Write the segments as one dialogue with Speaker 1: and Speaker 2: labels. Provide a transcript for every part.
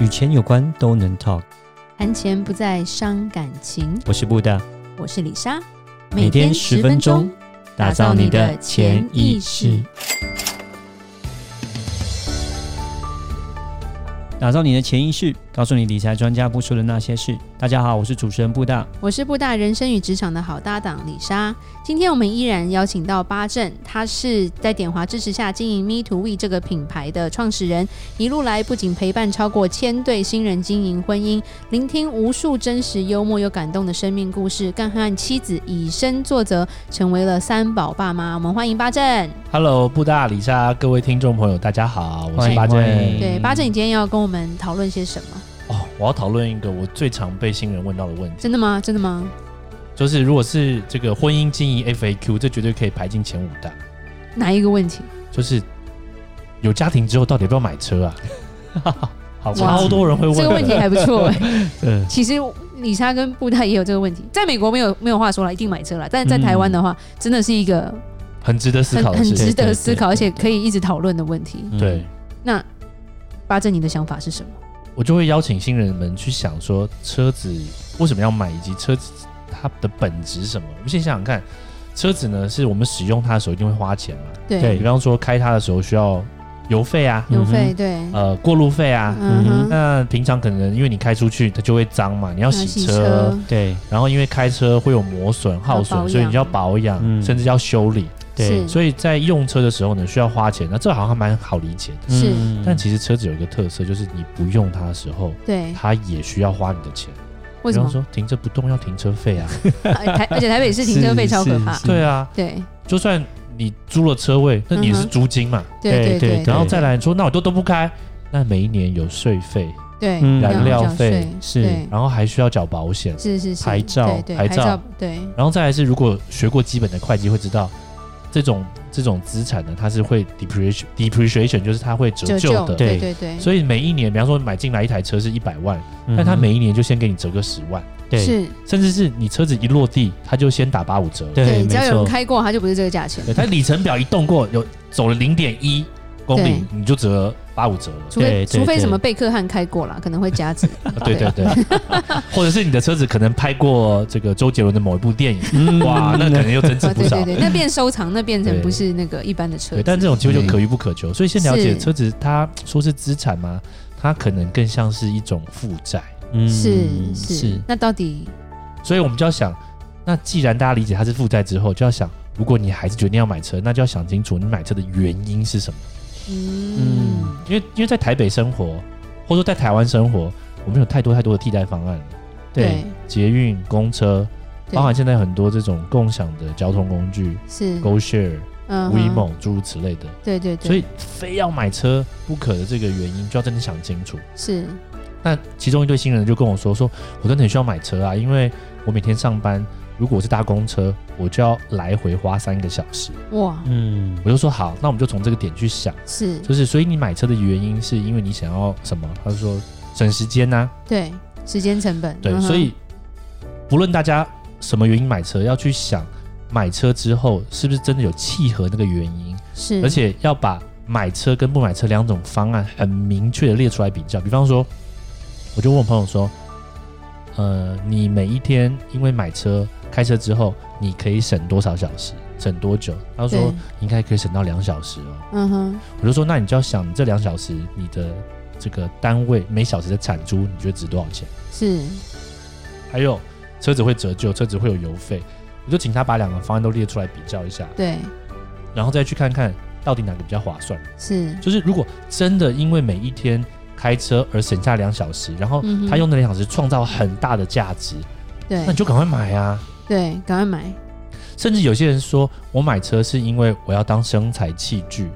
Speaker 1: 与钱有关都能 talk。
Speaker 2: 谈钱不再伤感情。
Speaker 1: 我是布大，
Speaker 2: 我是李莎，
Speaker 1: 每天十分钟，打造你的潜意识，打造你的潜意识，告诉你理财专家不说的那些事。大家好，我是主持人布 大。
Speaker 2: 我是布大人生与职场的好搭档李莎。今天我们依然邀请到八正，他是在点华支持下经营 Me to We 这个品牌的创始人，一路来不仅陪伴超过千对新人经营婚姻，聆听无数真实、幽默又感动的生命故事，更和妻子以身作则，成为了三宝爸妈。我们欢迎八正。
Speaker 3: Hello，布大李莎，各位听众朋友，大家好，我
Speaker 1: 欢
Speaker 3: 是
Speaker 1: 迎
Speaker 3: 八正。
Speaker 1: 欢迎
Speaker 2: 对，
Speaker 1: 嗯
Speaker 2: 八正，你今天要跟我们讨论些什么？
Speaker 3: 哦，我要讨论一个我最常被新人问到的问题，
Speaker 2: 真的吗？真的吗？
Speaker 3: 就是如果是这个婚姻经营 FAQ，这绝对可以排进前五大。
Speaker 2: 哪一个问题？
Speaker 3: 就是有家庭之后，到底要不要买车啊？
Speaker 1: 好
Speaker 2: 哇
Speaker 3: 超多人会问
Speaker 2: 这个问题还不 错、欸。
Speaker 1: 嗯，
Speaker 2: 其实李莎跟布袋也有这个问题，在美国没有没有话说了，一定买车了。但是在台湾的话，真的是一个
Speaker 3: 很值得嗯思
Speaker 2: 很
Speaker 3: 考的
Speaker 2: 很
Speaker 3: 事情。
Speaker 2: 值得思考，而
Speaker 1: 对对
Speaker 2: 且可以一直讨论的问题。
Speaker 1: 嗯
Speaker 3: 对，
Speaker 2: 那八正，你的想法是什么？
Speaker 3: 我就会邀请新人们去想说，车子为什么要买，以及车子它的本质是什么。我们先想想看，车子呢是我们使用它的时候一定会花钱嘛？
Speaker 2: 对，
Speaker 1: 对
Speaker 3: 比方说开它的时候需要油费啊，
Speaker 2: 邮
Speaker 1: 嗯
Speaker 2: 费
Speaker 1: 哼
Speaker 2: 对，
Speaker 3: 呃，过路费啊。
Speaker 1: 嗯
Speaker 2: 嗯哼，
Speaker 3: 那平常可能因为你开出去，它就会脏嘛，你要洗
Speaker 2: 嗯洗
Speaker 3: 车，
Speaker 1: 对
Speaker 3: 然后因为开车会有磨损、耗
Speaker 2: 保
Speaker 3: 损，所以
Speaker 2: 养嗯
Speaker 3: 你就要保养，
Speaker 1: 嗯
Speaker 3: 甚至要修理。
Speaker 1: 对
Speaker 2: 是，
Speaker 3: 所以在用车的时候呢，需要花钱。那这好像蛮好理解的。
Speaker 2: 是
Speaker 1: 嗯
Speaker 3: 但其实车子有一个特色，就是你不用它的时候，
Speaker 2: 对，
Speaker 3: 它也需要花你的钱。
Speaker 2: 嗯为
Speaker 3: 比
Speaker 2: 什
Speaker 3: 方
Speaker 2: 么？
Speaker 3: 说停车不动要停车费
Speaker 1: 嗯
Speaker 3: 啊，
Speaker 2: 呃台而且台北市停车费超可怕
Speaker 1: 是。
Speaker 3: 对啊，
Speaker 2: 对
Speaker 3: 就算你租了车位，那你也
Speaker 2: 嗯
Speaker 3: 是
Speaker 2: 哼
Speaker 3: 租金嘛。
Speaker 2: 对
Speaker 1: 对
Speaker 2: 对
Speaker 1: 对
Speaker 3: 然后再来说，那我都都不开，那每一年有税费，
Speaker 2: 对
Speaker 1: 嗯
Speaker 2: 要
Speaker 3: 燃料
Speaker 2: 缴
Speaker 3: 费
Speaker 2: 税
Speaker 1: 是
Speaker 2: 对
Speaker 3: 然后还需要缴保险。
Speaker 2: 是是是
Speaker 1: 牌照
Speaker 2: 对对
Speaker 3: 牌照
Speaker 2: 对
Speaker 3: 然后再来是，如果学过基本的会计会知道，这种这种资产呢，它是会 depreciation depreciation，就是它会折
Speaker 2: 折
Speaker 3: 旧的。
Speaker 2: 旧对
Speaker 1: 对
Speaker 2: 对对，
Speaker 3: 所以每一年，比方说买进来一台车是一百万，
Speaker 1: 嗯
Speaker 3: 但它每一年就先给你折个十万，
Speaker 1: 对
Speaker 2: 是
Speaker 3: 甚至是你车子一落地，它就先打八五折。
Speaker 1: 对
Speaker 2: 只要有
Speaker 1: 没错，
Speaker 2: 人开过，它就不是这个价钱。
Speaker 3: 对，它里程表一动过，有走了零点一公里
Speaker 2: 对，
Speaker 3: 你就折八五折了。
Speaker 2: 除非
Speaker 1: 对对
Speaker 2: 除非
Speaker 1: 对
Speaker 2: 什么贝克汉开过啦，可能会加 值。啊
Speaker 3: 对对对，或者是你的车子可能拍过这个周杰伦的某一部电影，
Speaker 1: 嗯
Speaker 3: 哇，那可能又增值
Speaker 2: 啊，
Speaker 3: 不
Speaker 2: 对
Speaker 3: 少
Speaker 2: 对。对，那变收藏，那变成
Speaker 3: 对
Speaker 2: 不是那个一般的车
Speaker 3: 对，
Speaker 2: 子。
Speaker 3: 但这种机会就可遇不可求，所以先了解
Speaker 2: 是
Speaker 3: 车子，它说是资产吗？它可能更像是一种负债。
Speaker 1: 嗯
Speaker 2: 是
Speaker 1: 是
Speaker 2: 是，那到底
Speaker 3: 所以我们就要想，那既然大家理解它是负债之后，就要想，如果你还是决定要买车，那就要想清楚你买车的原因是什么。
Speaker 2: 嗯
Speaker 1: 嗯
Speaker 3: 因为因为在台北生活，或者说在台湾生活，我们有太多太多的替代方案了，
Speaker 2: 对
Speaker 3: 捷运、公车，
Speaker 2: 对
Speaker 3: 包含现在很多这种共享的交通工具
Speaker 2: 是
Speaker 3: ，GoShare、
Speaker 2: 嗯哼
Speaker 3: WeMo 诸如此类的。
Speaker 2: 对对对，
Speaker 3: 所以非要买车不可的这个原因，就要真的想清楚。
Speaker 2: 是
Speaker 3: 那其中一对新人就跟我说：“说我真的很需要买车啊，因为我每天上班，如果我是搭公车，我就要来回花三个小时。
Speaker 2: 哇”
Speaker 1: 嗯
Speaker 3: 我就说：“好，那我们就从这个点去想，
Speaker 2: 是，
Speaker 3: 就是所以你买车的原因是因为你想要什么？”他说：“省时间呐、
Speaker 2: 对时间成本
Speaker 3: 对，
Speaker 2: 嗯哼
Speaker 3: 所以不论大家什么原因买车，要去想买车之后是不是真的有契合那个原因，
Speaker 2: 是
Speaker 3: 而且要把买车跟不买车两种方案很明确的列出来比较。比方说，我就问我朋友说，呃，你每一天因为买车开车之后，你可以省多少小时，省多久？他
Speaker 2: 对
Speaker 3: 说应该可以省到两小时哦。
Speaker 2: 嗯哼
Speaker 3: 我就说，那你就要想这两小时你的这个单位每小时的产出，你觉得值多少钱？
Speaker 2: 是
Speaker 3: 还有车子会折旧，车子会有油费，我就请他把两个方案都列出来比较一下，
Speaker 2: 对
Speaker 3: 然后再去看看到底哪个比较划算。
Speaker 2: 是
Speaker 3: 就是如果真的因为每一天开车而省下两小时，然后
Speaker 2: 嗯哼
Speaker 3: 他用那两小时创造很大的价值，
Speaker 2: 对
Speaker 3: 那你就赶快买啊！
Speaker 2: 对，赶快买
Speaker 3: 甚至有些人说我买车是因为我要当生财器具，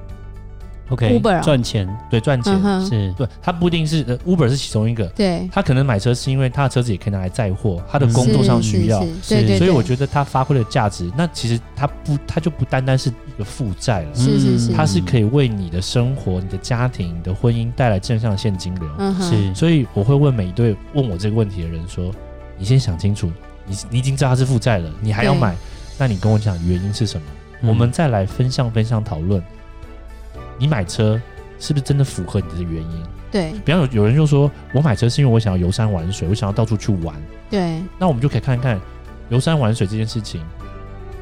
Speaker 1: ，OK，
Speaker 2: Uber 啊
Speaker 1: 赚钱
Speaker 3: 对，赚钱。
Speaker 2: 嗯哼
Speaker 1: 是
Speaker 3: 对，他不一定是、呃、Uber 是其中一个，
Speaker 2: 对
Speaker 3: 他可能买车是因为他的车子也可以拿来载货，他的工作上需要。
Speaker 2: 是是是对对，
Speaker 3: 所以我
Speaker 2: 得
Speaker 3: 觉得他发挥的价值，那其实他不，他就不单单是一个负债了，
Speaker 2: 是是是
Speaker 3: 他是可
Speaker 1: 以
Speaker 3: 以为你的生活、你的家庭、你的婚姻带来正向的现金流。
Speaker 2: 嗯哼
Speaker 1: 是
Speaker 3: 所以我会问每一对问我这个问题的人说：“你先想清楚，你你已经知道它是负债了，你还要
Speaker 2: 对
Speaker 3: 买，那你跟我讲原因是什么？
Speaker 1: 嗯
Speaker 3: 我们再来分项分项讨论。你买车是不是真的符合你的原因？
Speaker 2: 对
Speaker 3: 比方有有人就说，我买车是因为我想要游山玩水，我想要到处去玩。
Speaker 2: 对。
Speaker 3: 那我们就可以看看游山玩水这件事情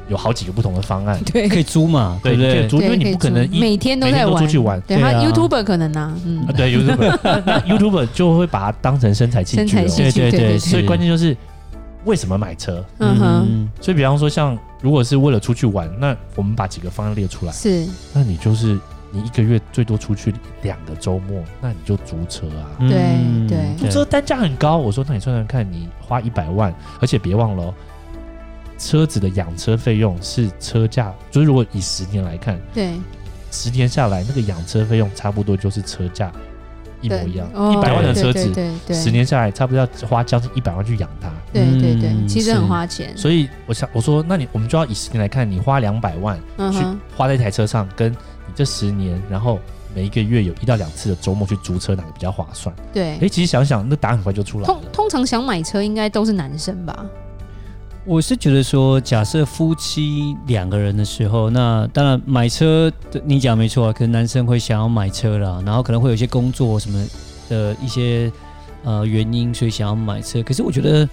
Speaker 3: 有好几个不同的方案
Speaker 2: 对
Speaker 1: 可以租嘛，对不
Speaker 3: 对，你可以
Speaker 1: 对？
Speaker 3: 租，因为
Speaker 2: 可以
Speaker 3: 你不可能
Speaker 2: 租
Speaker 3: 一
Speaker 2: 每天都
Speaker 3: 每
Speaker 2: 在
Speaker 3: 天都
Speaker 2: 玩，
Speaker 3: 出去玩
Speaker 2: 对
Speaker 1: 对
Speaker 2: 他
Speaker 1: 啊
Speaker 2: YouTuber 可能啊，嗯
Speaker 3: 啊，，对 YouTuber，那那 YouTuber 就会把它当成身材器
Speaker 2: 身
Speaker 3: 具
Speaker 2: 材
Speaker 3: 哦。
Speaker 2: 器
Speaker 1: 对
Speaker 2: 具
Speaker 1: 对
Speaker 2: 对对
Speaker 1: 对，
Speaker 3: 所以关键就是为什么买车？
Speaker 2: 嗯哼，
Speaker 1: 嗯
Speaker 3: 所以比方说，像如果是为了出去玩，那我们把几个方案列出来，
Speaker 2: 是
Speaker 3: 那你就是你一个月最多出去两个周末，那你就租车啊。
Speaker 1: 嗯
Speaker 2: 对对
Speaker 3: 租车单价很高，我说那你算算看，你花一百万，而且别忘了、哦，车子的养车费用是车价，就是如果以十年来看，
Speaker 2: 对
Speaker 3: 十年下来那个养车费用差不多就是车价一模
Speaker 2: 对
Speaker 3: 一样，
Speaker 2: 哦
Speaker 3: 一百万的
Speaker 2: 对
Speaker 3: 车
Speaker 2: 对
Speaker 3: 子，
Speaker 2: 对对
Speaker 3: 十年下来差不多要花将近一百万去养它。
Speaker 2: 对对对，
Speaker 1: 嗯
Speaker 2: 其实很
Speaker 1: 是
Speaker 2: 花钱，
Speaker 3: 所以我想我说，那你我们就要以十年来看，你花两百万
Speaker 2: 嗯
Speaker 3: 去
Speaker 2: 哼，
Speaker 3: 花在一台车上，跟你这十年，然后每一个月有一到两次的周末去租车，哪个比较划算？
Speaker 2: 对
Speaker 3: 哎、。其实想想，那答案很快就出来了
Speaker 2: 通。通常想买车应该都是男生吧？
Speaker 1: 我是觉得说，假设夫妻两个人的时候，那当然买车，你讲没错啊，可能男生会想要买车啦，然后可能会有一些工作什么的一些呃原因，所以想要买车。可是我觉得，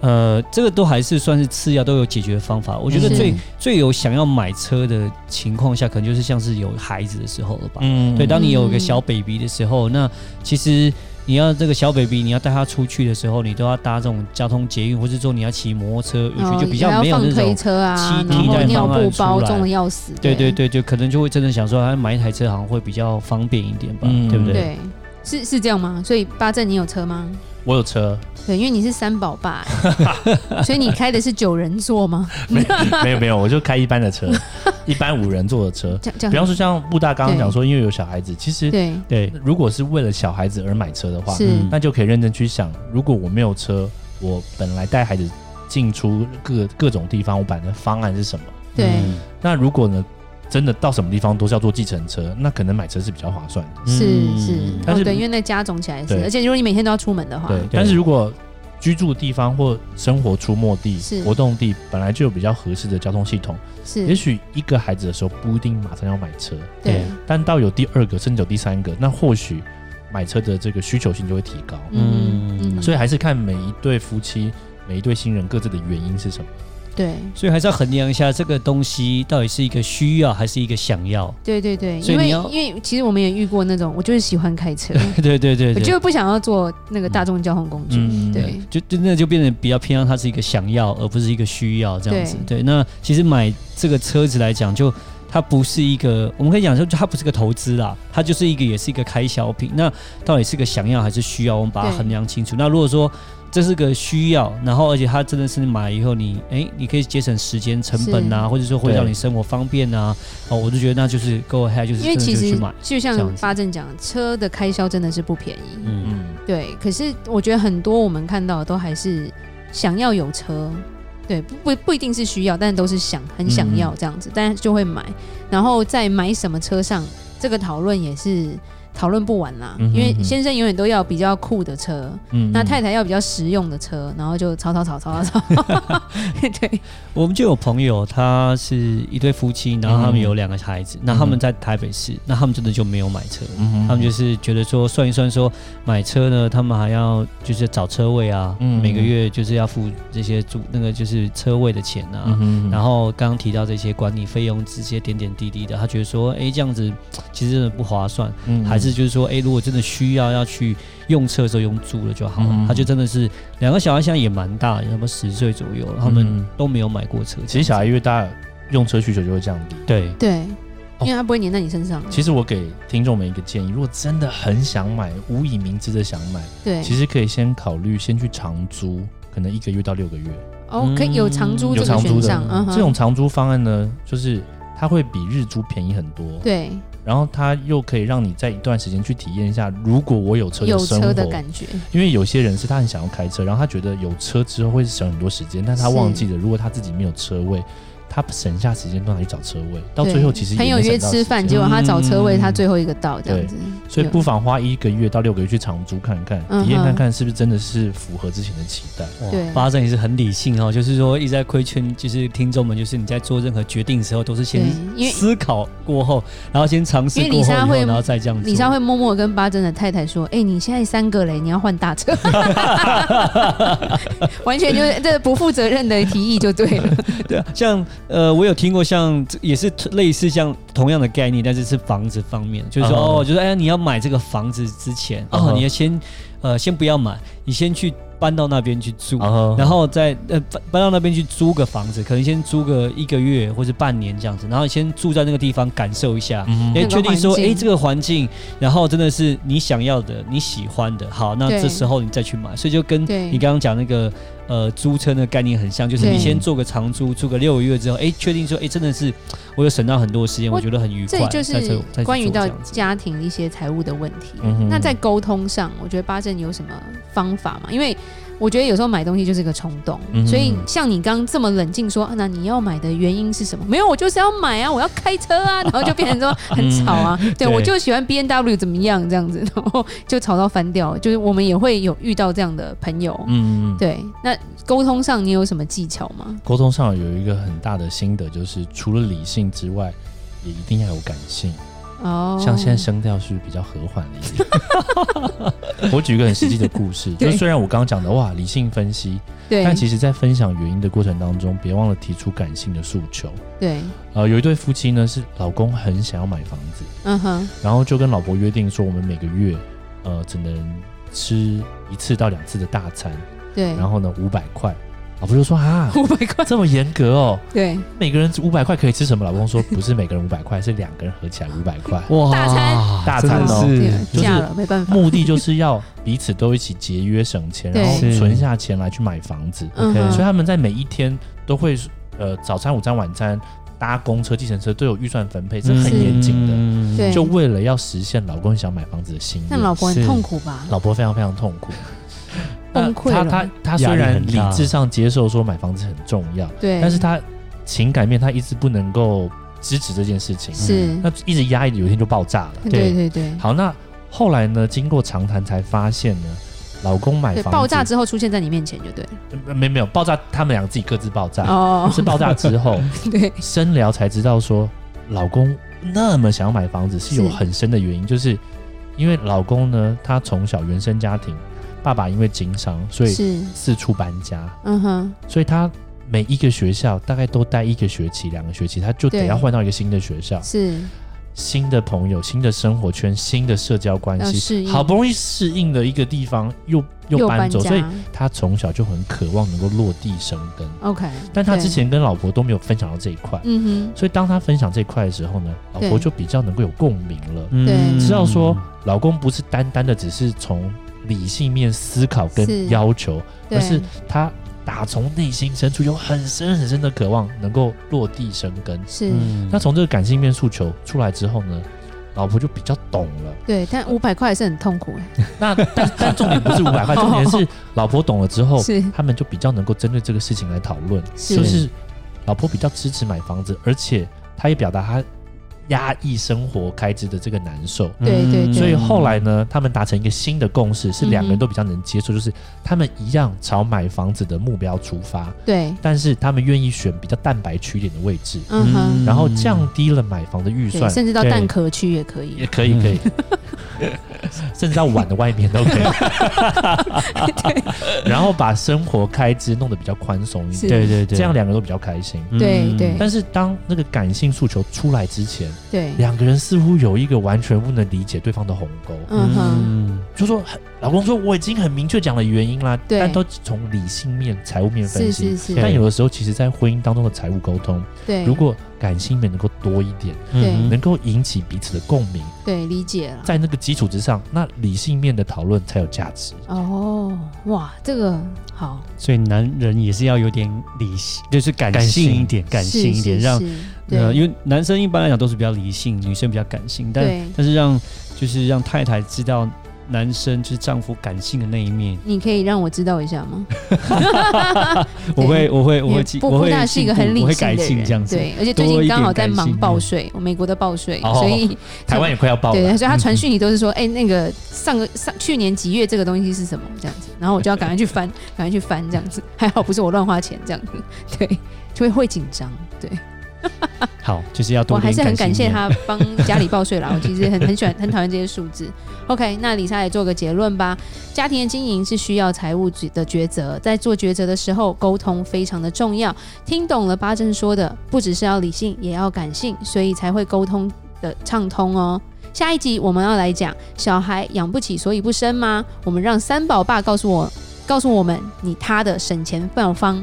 Speaker 1: 呃，这个都还是算是次要，都有解决方法。我觉得
Speaker 2: 是
Speaker 1: 最最有想要买车的情况下，可能就是像是有孩子的时候了吧。
Speaker 3: 嗯
Speaker 1: 对，当你有个
Speaker 2: 嗯
Speaker 1: 小 baby 的时候，那其实你要这个小 baby，你要带他出去的时候，你都要搭这种交通捷运，或是说你要骑摩托车，我觉
Speaker 2: 然后
Speaker 1: 得就比
Speaker 2: 也
Speaker 1: 较
Speaker 2: 哦要
Speaker 1: 没有
Speaker 2: 放
Speaker 1: 那
Speaker 2: 推
Speaker 1: 种。
Speaker 2: 车啊，
Speaker 1: 栖
Speaker 2: 然
Speaker 1: 地
Speaker 2: 后
Speaker 1: 在
Speaker 2: 尿
Speaker 1: 方案
Speaker 2: 布
Speaker 1: 出
Speaker 2: 包
Speaker 1: 来
Speaker 2: 重的要死。
Speaker 1: 对对对，就可能就会真的想说，啊买一台车好像会比较方便一点吧，
Speaker 3: 嗯
Speaker 1: 对不
Speaker 2: 对
Speaker 1: 对？
Speaker 2: 是是这样吗？所以八正，你有车吗？
Speaker 3: 我有车，
Speaker 2: 对，因为你是三宝爸，欸所以你开的是九人座吗？
Speaker 3: 没没有没有，我就开一般 的车，一般五人座的车。
Speaker 2: 这样这样
Speaker 3: 比方说像布大刚刚讲说，因为有小孩子，其实
Speaker 2: 嗯对
Speaker 1: 对，
Speaker 3: 如果是为了小孩子而买车的话，
Speaker 2: 是
Speaker 1: 嗯
Speaker 3: 那就可以认真去想，如果我没有车，我本来带孩子进出各各种地方，我摆的方案是什么？
Speaker 2: 对
Speaker 1: 嗯
Speaker 3: 那如果呢，真的到什么地方都是要坐计程车，那可能买车是比较划算的。
Speaker 2: 是是
Speaker 1: 嗯，
Speaker 3: 但
Speaker 2: 哦
Speaker 3: 是
Speaker 2: 对，因为那家总起来是，
Speaker 3: 对
Speaker 2: 而且如果你每天都要出门的话，
Speaker 3: 但是如果居住地方或生活出没地
Speaker 2: 是、
Speaker 3: 活动地本来就有比较合适的交通系统，也
Speaker 2: 是，
Speaker 3: 许一个孩子的时候不一定马上要买车，
Speaker 2: 对
Speaker 3: 但到有第二个甚至有第三个，那或许买车的这个需求性就会提高。
Speaker 2: 嗯嗯，
Speaker 3: 所以
Speaker 2: 以
Speaker 3: 还是看每一对夫妻、每一对新人各自的原因是什么。
Speaker 2: 对
Speaker 1: 所以还是要衡量一下这个东西到底是一个需要还是一个想要。
Speaker 2: 对对对，
Speaker 1: 所以
Speaker 2: 因为
Speaker 1: 你要
Speaker 2: 因为其实我们也遇过那种，我就是喜欢开车，
Speaker 1: 对对对
Speaker 2: 我
Speaker 1: 对，
Speaker 2: 就不想要坐那个大众交通工具，
Speaker 3: 嗯
Speaker 2: 对
Speaker 1: 就就那就变得比较偏向它是一个想要，而不是一个需要这样子。对，那其实买这个车子来讲，就它不是一个，我们可以讲说，就它不是个投资啦，它就是一个也是一个开销品。那到底是个想要还是需要，我们把它
Speaker 2: 对
Speaker 1: 衡量清楚。那如果说这是个需要，然后而且它真的是买以后你，哎，你可以节省时间成本啊，或者说会让你生活方便啊，哦，我就觉得那就是 go ahead，就是
Speaker 2: 因
Speaker 1: 真
Speaker 2: 为
Speaker 1: 的
Speaker 2: 其
Speaker 1: 就去
Speaker 2: 实
Speaker 1: 买。
Speaker 2: 就
Speaker 1: 这
Speaker 2: 像
Speaker 1: 样子
Speaker 2: 八正讲，车的开销真的是不便宜，
Speaker 1: 嗯，
Speaker 3: 嗯，
Speaker 2: 对，可是我觉得很多我们看到的都还是想要有车，对，不不不一定是需要，但都是想很想
Speaker 3: 嗯
Speaker 2: 要这样子，但就会买。然后在买什么车上，这个讨论也是讨论不完啦，
Speaker 3: 嗯哼
Speaker 2: 因为
Speaker 3: 嗯
Speaker 2: 先生永远都要比较酷的车，
Speaker 3: 嗯
Speaker 2: 那太太要比较实用的车，然后就吵吵吵吵吵 吵，对，
Speaker 1: 我们就有朋友，他是一对夫妻，然后他们有两个孩子，那、他们在台北市，那他们真的就没有买车，
Speaker 3: 嗯
Speaker 1: 他们就是是觉得说算一算说买车呢，他们还要就是找车位啊，
Speaker 3: 嗯
Speaker 1: 每个月就是要付这些租那个就是车位的钱啊，
Speaker 3: 嗯
Speaker 1: 然
Speaker 3: 后
Speaker 1: 后刚刚提到这些管理费用这些点点滴滴的，他觉得说，哎，这样子其实真的不划算，还
Speaker 3: 嗯
Speaker 1: 是就是说，哎、如果真的需要要去用车的时候用租了就好了。
Speaker 3: 嗯
Speaker 1: 他就真的是两个小孩现在也蛮大，差不多十岁左右了，他们
Speaker 3: 嗯
Speaker 1: 都没有买过车。
Speaker 3: 其实小孩越大，用车需求就会降低。
Speaker 1: 对，
Speaker 2: 对，
Speaker 3: 哦
Speaker 2: 因为他不会粘在你身上，
Speaker 3: 其实我给听众们一个建议，如果真的很想买，无以明知的想买，
Speaker 2: 对，
Speaker 3: 其实可以先考虑先去长租，可能一个月到六个月。
Speaker 2: 哦，可以有长
Speaker 1: 嗯
Speaker 2: 租这
Speaker 3: 有
Speaker 2: 个
Speaker 3: 长租
Speaker 2: 选
Speaker 3: 的
Speaker 2: 项，嗯哼，
Speaker 3: 这种长租方案呢，就是它会比日租便宜很多，
Speaker 2: 对
Speaker 3: 然后它又可以让你在一段时间去体验一下，如果我有车
Speaker 2: 有
Speaker 3: 的生
Speaker 2: 车
Speaker 3: 活。
Speaker 2: 的感觉，
Speaker 3: 因为有些人是他很想要开车，然后他觉得有车之后会省很多时间，但是他忘记了，如果他自己没有车位，他省下时间都拿去找车位，到最后其实也
Speaker 2: 朋
Speaker 3: 没
Speaker 2: 友约
Speaker 3: 省到
Speaker 2: 吃
Speaker 3: 时
Speaker 2: 饭，
Speaker 3: 间
Speaker 2: 结果他找车位，
Speaker 1: 嗯
Speaker 2: 他最后一个到这样子，
Speaker 3: 所以不妨花一个月到六个月去长租看看，
Speaker 2: 嗯
Speaker 3: 体验
Speaker 2: 哼
Speaker 3: 看看是不是真的是符合之前的期待。
Speaker 1: 哇
Speaker 2: 对
Speaker 1: 巴掌也是很理性哦，就是说一直在规劝，就是听众们，就是你在做任何决定的时候，都是先
Speaker 2: 对因为
Speaker 1: 思考过后，然后先尝试
Speaker 2: 因为
Speaker 1: 过
Speaker 2: 李
Speaker 1: 后，
Speaker 2: 莎
Speaker 1: 以后
Speaker 2: 会
Speaker 1: 然后再这样做。
Speaker 2: 李莎会默默跟巴珍的太太说：“哎、你现在三个嘞，你要换大 车。” 完全就是这不负责任的提议就对了。
Speaker 1: 对啊，像呃，我有听过像也是类似像同样的概念，但是是房子方面，就是说、
Speaker 3: 嗯
Speaker 1: 哦，就是哎，你要买这个房子之前，
Speaker 3: 嗯
Speaker 1: 哦，你要先呃先不要买，你先去搬到那边去住。
Speaker 3: 然后，
Speaker 1: 然后再呃搬搬到那边去租个房子，可能先租个一个月或者半年这样子，然后先住在那个地方感受一下，
Speaker 3: 嗯
Speaker 1: 哎、
Speaker 2: 那个
Speaker 1: 确定说
Speaker 2: 环
Speaker 1: 哎、
Speaker 2: 境
Speaker 1: 这个环境，然后真的是你想要的、你喜欢的，好，那
Speaker 2: 对
Speaker 1: 这时候你再去买，所以就跟
Speaker 2: 对
Speaker 1: 你刚刚讲那个呃租车的概念很像，就是你
Speaker 2: 对
Speaker 1: 先做个长租，租个六个月之后，哎、确定说哎、真的是我有省到很多时间，
Speaker 2: 我
Speaker 1: 我觉得很愉
Speaker 2: 这
Speaker 1: 快，
Speaker 2: 里就
Speaker 1: 再
Speaker 2: 是
Speaker 1: 做再去
Speaker 2: 关于
Speaker 1: 做这
Speaker 2: 到
Speaker 1: 样子
Speaker 2: 家庭一些财务的问题。
Speaker 3: 嗯哼
Speaker 2: 那在沟通上，我觉得八正有什么方法吗？因为我觉得有时候买东西就是个冲动，
Speaker 3: 嗯哼
Speaker 2: 所以像你刚刚这么冷静说，啊那你要买的原因是什么？没有，我就是要买啊，我要开车 啊，然后就变成说很吵啊，
Speaker 3: 嗯
Speaker 1: 对
Speaker 2: 对我就喜欢 B N W 怎么样这样子， 然后就吵到翻掉了。就是我们也会有遇到这样的朋友，
Speaker 3: 嗯，嗯嗯
Speaker 2: 对。那沟通上你有什么技巧吗？
Speaker 3: 沟通上有一个很大的心得，就是除了理性之外，也一定要有感性。
Speaker 2: 哦，
Speaker 3: 像现在声调是比较和缓了一点。 我举一个很实际的故事，就
Speaker 2: 对
Speaker 3: 是虽然我刚刚讲的哇理性分析，
Speaker 2: 对
Speaker 3: 但其实在分享原因的过程当中，别忘了提出感性的诉求。
Speaker 2: 对，
Speaker 3: 呃，有一对夫妻呢，是老公很想要买房子，
Speaker 2: 嗯哼，
Speaker 3: 然后就跟老婆约定说，我们每个月呃只能吃一次到两次的大餐，
Speaker 2: 对，，
Speaker 3: 然后呢五百块。老婆就说啊
Speaker 2: 五百块，
Speaker 3: 这么严格哦，
Speaker 2: 对，
Speaker 3: 每个人五百块可以吃什么？老公说不是每个人五百块，是两个人合起来五百 块。
Speaker 1: 哇
Speaker 2: 大餐
Speaker 3: 大餐哦
Speaker 1: 真的
Speaker 2: 对
Speaker 1: 是
Speaker 3: 就是
Speaker 2: 嫁了没办法，
Speaker 3: 目的就是要彼此都一起节约省钱，
Speaker 2: 对
Speaker 3: 然后
Speaker 1: 是
Speaker 3: 存下钱来去买房子。
Speaker 2: 嗯
Speaker 1: ，OK，
Speaker 2: 哼，
Speaker 3: 所以他们在每一天都会呃早餐、午餐、晚餐搭公车、计程车都有预算分配，是很
Speaker 2: 是
Speaker 3: 严谨的。
Speaker 1: 嗯
Speaker 2: 对
Speaker 3: 就为了要实现老公想买房子的心
Speaker 2: 但
Speaker 3: 愿，
Speaker 2: 老婆很
Speaker 1: 是
Speaker 2: 痛苦吧？
Speaker 3: 老婆非常非常痛苦，
Speaker 2: 崩溃
Speaker 3: 她
Speaker 2: 了
Speaker 3: 她她虽
Speaker 1: 压力
Speaker 3: 然
Speaker 1: 很
Speaker 3: 理
Speaker 1: 大
Speaker 3: 智上接受说买房子很重要，
Speaker 2: 对，
Speaker 3: 但是她情感面她一直不能够支持这件事情，
Speaker 2: 是，
Speaker 3: 那一直压抑，有一天就爆炸了。
Speaker 2: 对对对，
Speaker 3: 好，那后来呢？经过长谈才发现呢，老公买
Speaker 2: 对，
Speaker 3: 房子
Speaker 2: 爆炸之后出现在你面前就对了。
Speaker 3: 呃没没有爆炸，他们俩自己各自爆炸。
Speaker 2: 哦，
Speaker 3: 是爆炸 之后
Speaker 2: 对，
Speaker 3: 深聊才知道说，老公那么想要买房子是有
Speaker 2: 是
Speaker 3: 很深的原因，就是因为老公呢，他从小原生家庭，爸爸因为经商，所以
Speaker 2: 是，
Speaker 3: 四处搬家，
Speaker 2: 嗯哼，
Speaker 3: 所以他。每一个学校大概都待一个学期、两个学期，他就得
Speaker 2: 对
Speaker 3: 要换到一个新的学校、
Speaker 2: 是
Speaker 3: 新的朋友、新的生活圈、新的社交关
Speaker 2: 要
Speaker 3: 系，
Speaker 2: 适应，
Speaker 3: 好不容易适应的一个地方，又又
Speaker 2: 又
Speaker 3: 搬走，
Speaker 2: 家
Speaker 3: 所以他从小就很渴望能够落地生根。
Speaker 2: OK，
Speaker 3: 但他
Speaker 2: 对
Speaker 3: 之，前跟老婆都没有分享到这一块，
Speaker 2: 嗯
Speaker 3: 所以当他分享这一块的时候呢，老婆
Speaker 2: 对
Speaker 3: 就比较能够有共鸣了，
Speaker 1: 嗯
Speaker 2: 对
Speaker 3: 嗯知道说老公不是单单的只是从理性面思考
Speaker 2: 是
Speaker 3: 跟要求，
Speaker 2: 哼，
Speaker 3: 而是
Speaker 2: 对，
Speaker 3: 他打从内心深处有很深很深的渴望能够落地生根。
Speaker 2: 是，
Speaker 1: 嗯
Speaker 3: 那从这个感性面诉求出来之后呢，老婆就比较懂了。
Speaker 2: 对，但五百块还是很痛苦哎，
Speaker 3: 那但但重点不是五 百块，重点是老婆懂了之后，
Speaker 2: 是
Speaker 3: 他们就比较能够针对这个事情来讨论，
Speaker 2: 是
Speaker 3: 就是老婆比较支持买房子，而且她也表达她压抑生活开支的这个难受。
Speaker 2: 对对对
Speaker 3: 嗯所以后来呢，他们达成一个新的共识，是两
Speaker 2: 嗯
Speaker 3: 个
Speaker 2: 哼
Speaker 3: 人都比较能接受，就是他们一样朝买房子的目标出发，
Speaker 2: 对，
Speaker 3: 但是他们愿意选比较蛋白区一点的位置，
Speaker 2: 嗯哼，
Speaker 3: 然后降低了买房的预
Speaker 2: 对，
Speaker 3: 算，
Speaker 2: 甚至到
Speaker 3: 对
Speaker 2: 蛋壳嗯区也可
Speaker 3: 也
Speaker 2: 以，
Speaker 3: 可以，可以， 甚至到碗的外面都 可以。然后把生活开支弄得比较宽松一
Speaker 2: 是
Speaker 3: 点，
Speaker 1: 对对对，
Speaker 3: 这样两个都比较开心。
Speaker 2: 对对
Speaker 3: 但是当那个感性诉求出来之前，
Speaker 2: 对，
Speaker 3: 两个人似乎有一个完全不能理解对方的鸿沟，
Speaker 2: 嗯哼，
Speaker 3: 就说老公说我已经很明确讲了原因啦，
Speaker 2: 对
Speaker 3: 但都从理性面、财务面分
Speaker 2: 是
Speaker 3: 析。
Speaker 2: 是是，
Speaker 3: 但有的时候，其实，在婚姻当中的财务沟通，
Speaker 2: 对，
Speaker 3: 如果感性面能够多一点，
Speaker 2: 对嗯
Speaker 3: 能够引起彼此的共鸣，
Speaker 2: 对理解了。
Speaker 3: 在那个基础之上，那理性面的讨论才有价值。
Speaker 2: 哦，哇，这个好，
Speaker 1: 所以男人也是要有点理性，就是感
Speaker 3: 感性
Speaker 1: 性一点，感性一点，
Speaker 2: 是
Speaker 1: 让
Speaker 2: 是对
Speaker 1: 呃，因为男生一般来讲都是比较理性，女生比较感性，但
Speaker 2: 对
Speaker 1: 但是让就是让太太知道男生就是丈夫感性的那一面，
Speaker 2: 你可以让我知道一下吗？
Speaker 1: 我会我 会我
Speaker 2: 因为
Speaker 1: 会进
Speaker 2: 布
Speaker 1: 我
Speaker 2: 布
Speaker 1: 会
Speaker 2: 大是一
Speaker 1: 进
Speaker 2: 个
Speaker 1: 步
Speaker 2: 很理
Speaker 1: 我会
Speaker 2: 性
Speaker 1: 改
Speaker 2: 的
Speaker 1: 进
Speaker 2: 人，
Speaker 1: 这样子。
Speaker 2: 对，而且最
Speaker 1: 多一点
Speaker 2: 近刚好在
Speaker 1: 感
Speaker 2: 忙
Speaker 1: 性
Speaker 2: 报税，我美国的报税，
Speaker 3: 哦
Speaker 2: 所以
Speaker 3: 台湾也快要爆了，
Speaker 2: 对，所以他
Speaker 3: 嗯
Speaker 2: 传讯你都是说，哎、那个上个上去年几月这个东西是什么这样子，然后我就要赶快去翻，赶快去翻这样子，还好不是我乱花钱这样子，对，就会会紧张，对
Speaker 1: 好，就是要
Speaker 2: 我
Speaker 1: 多一
Speaker 2: 还
Speaker 1: 点
Speaker 2: 是很
Speaker 1: 性
Speaker 2: 感谢
Speaker 1: 面。
Speaker 2: 他帮家里报 税啦，我其实很很喜欢很讨厌这些数字。OK，那李莎也做个结论吧，家庭的经营是需要财务的抉择，在做抉择的时候，沟通非常的重要。听懂了八正说的，不只是要理性，也要感性，所以才会沟通的畅通哦。下一集我们要来讲小孩养不起，所以不生吗？我们让三宝爸告诉我，告诉我们你他的省钱妙方。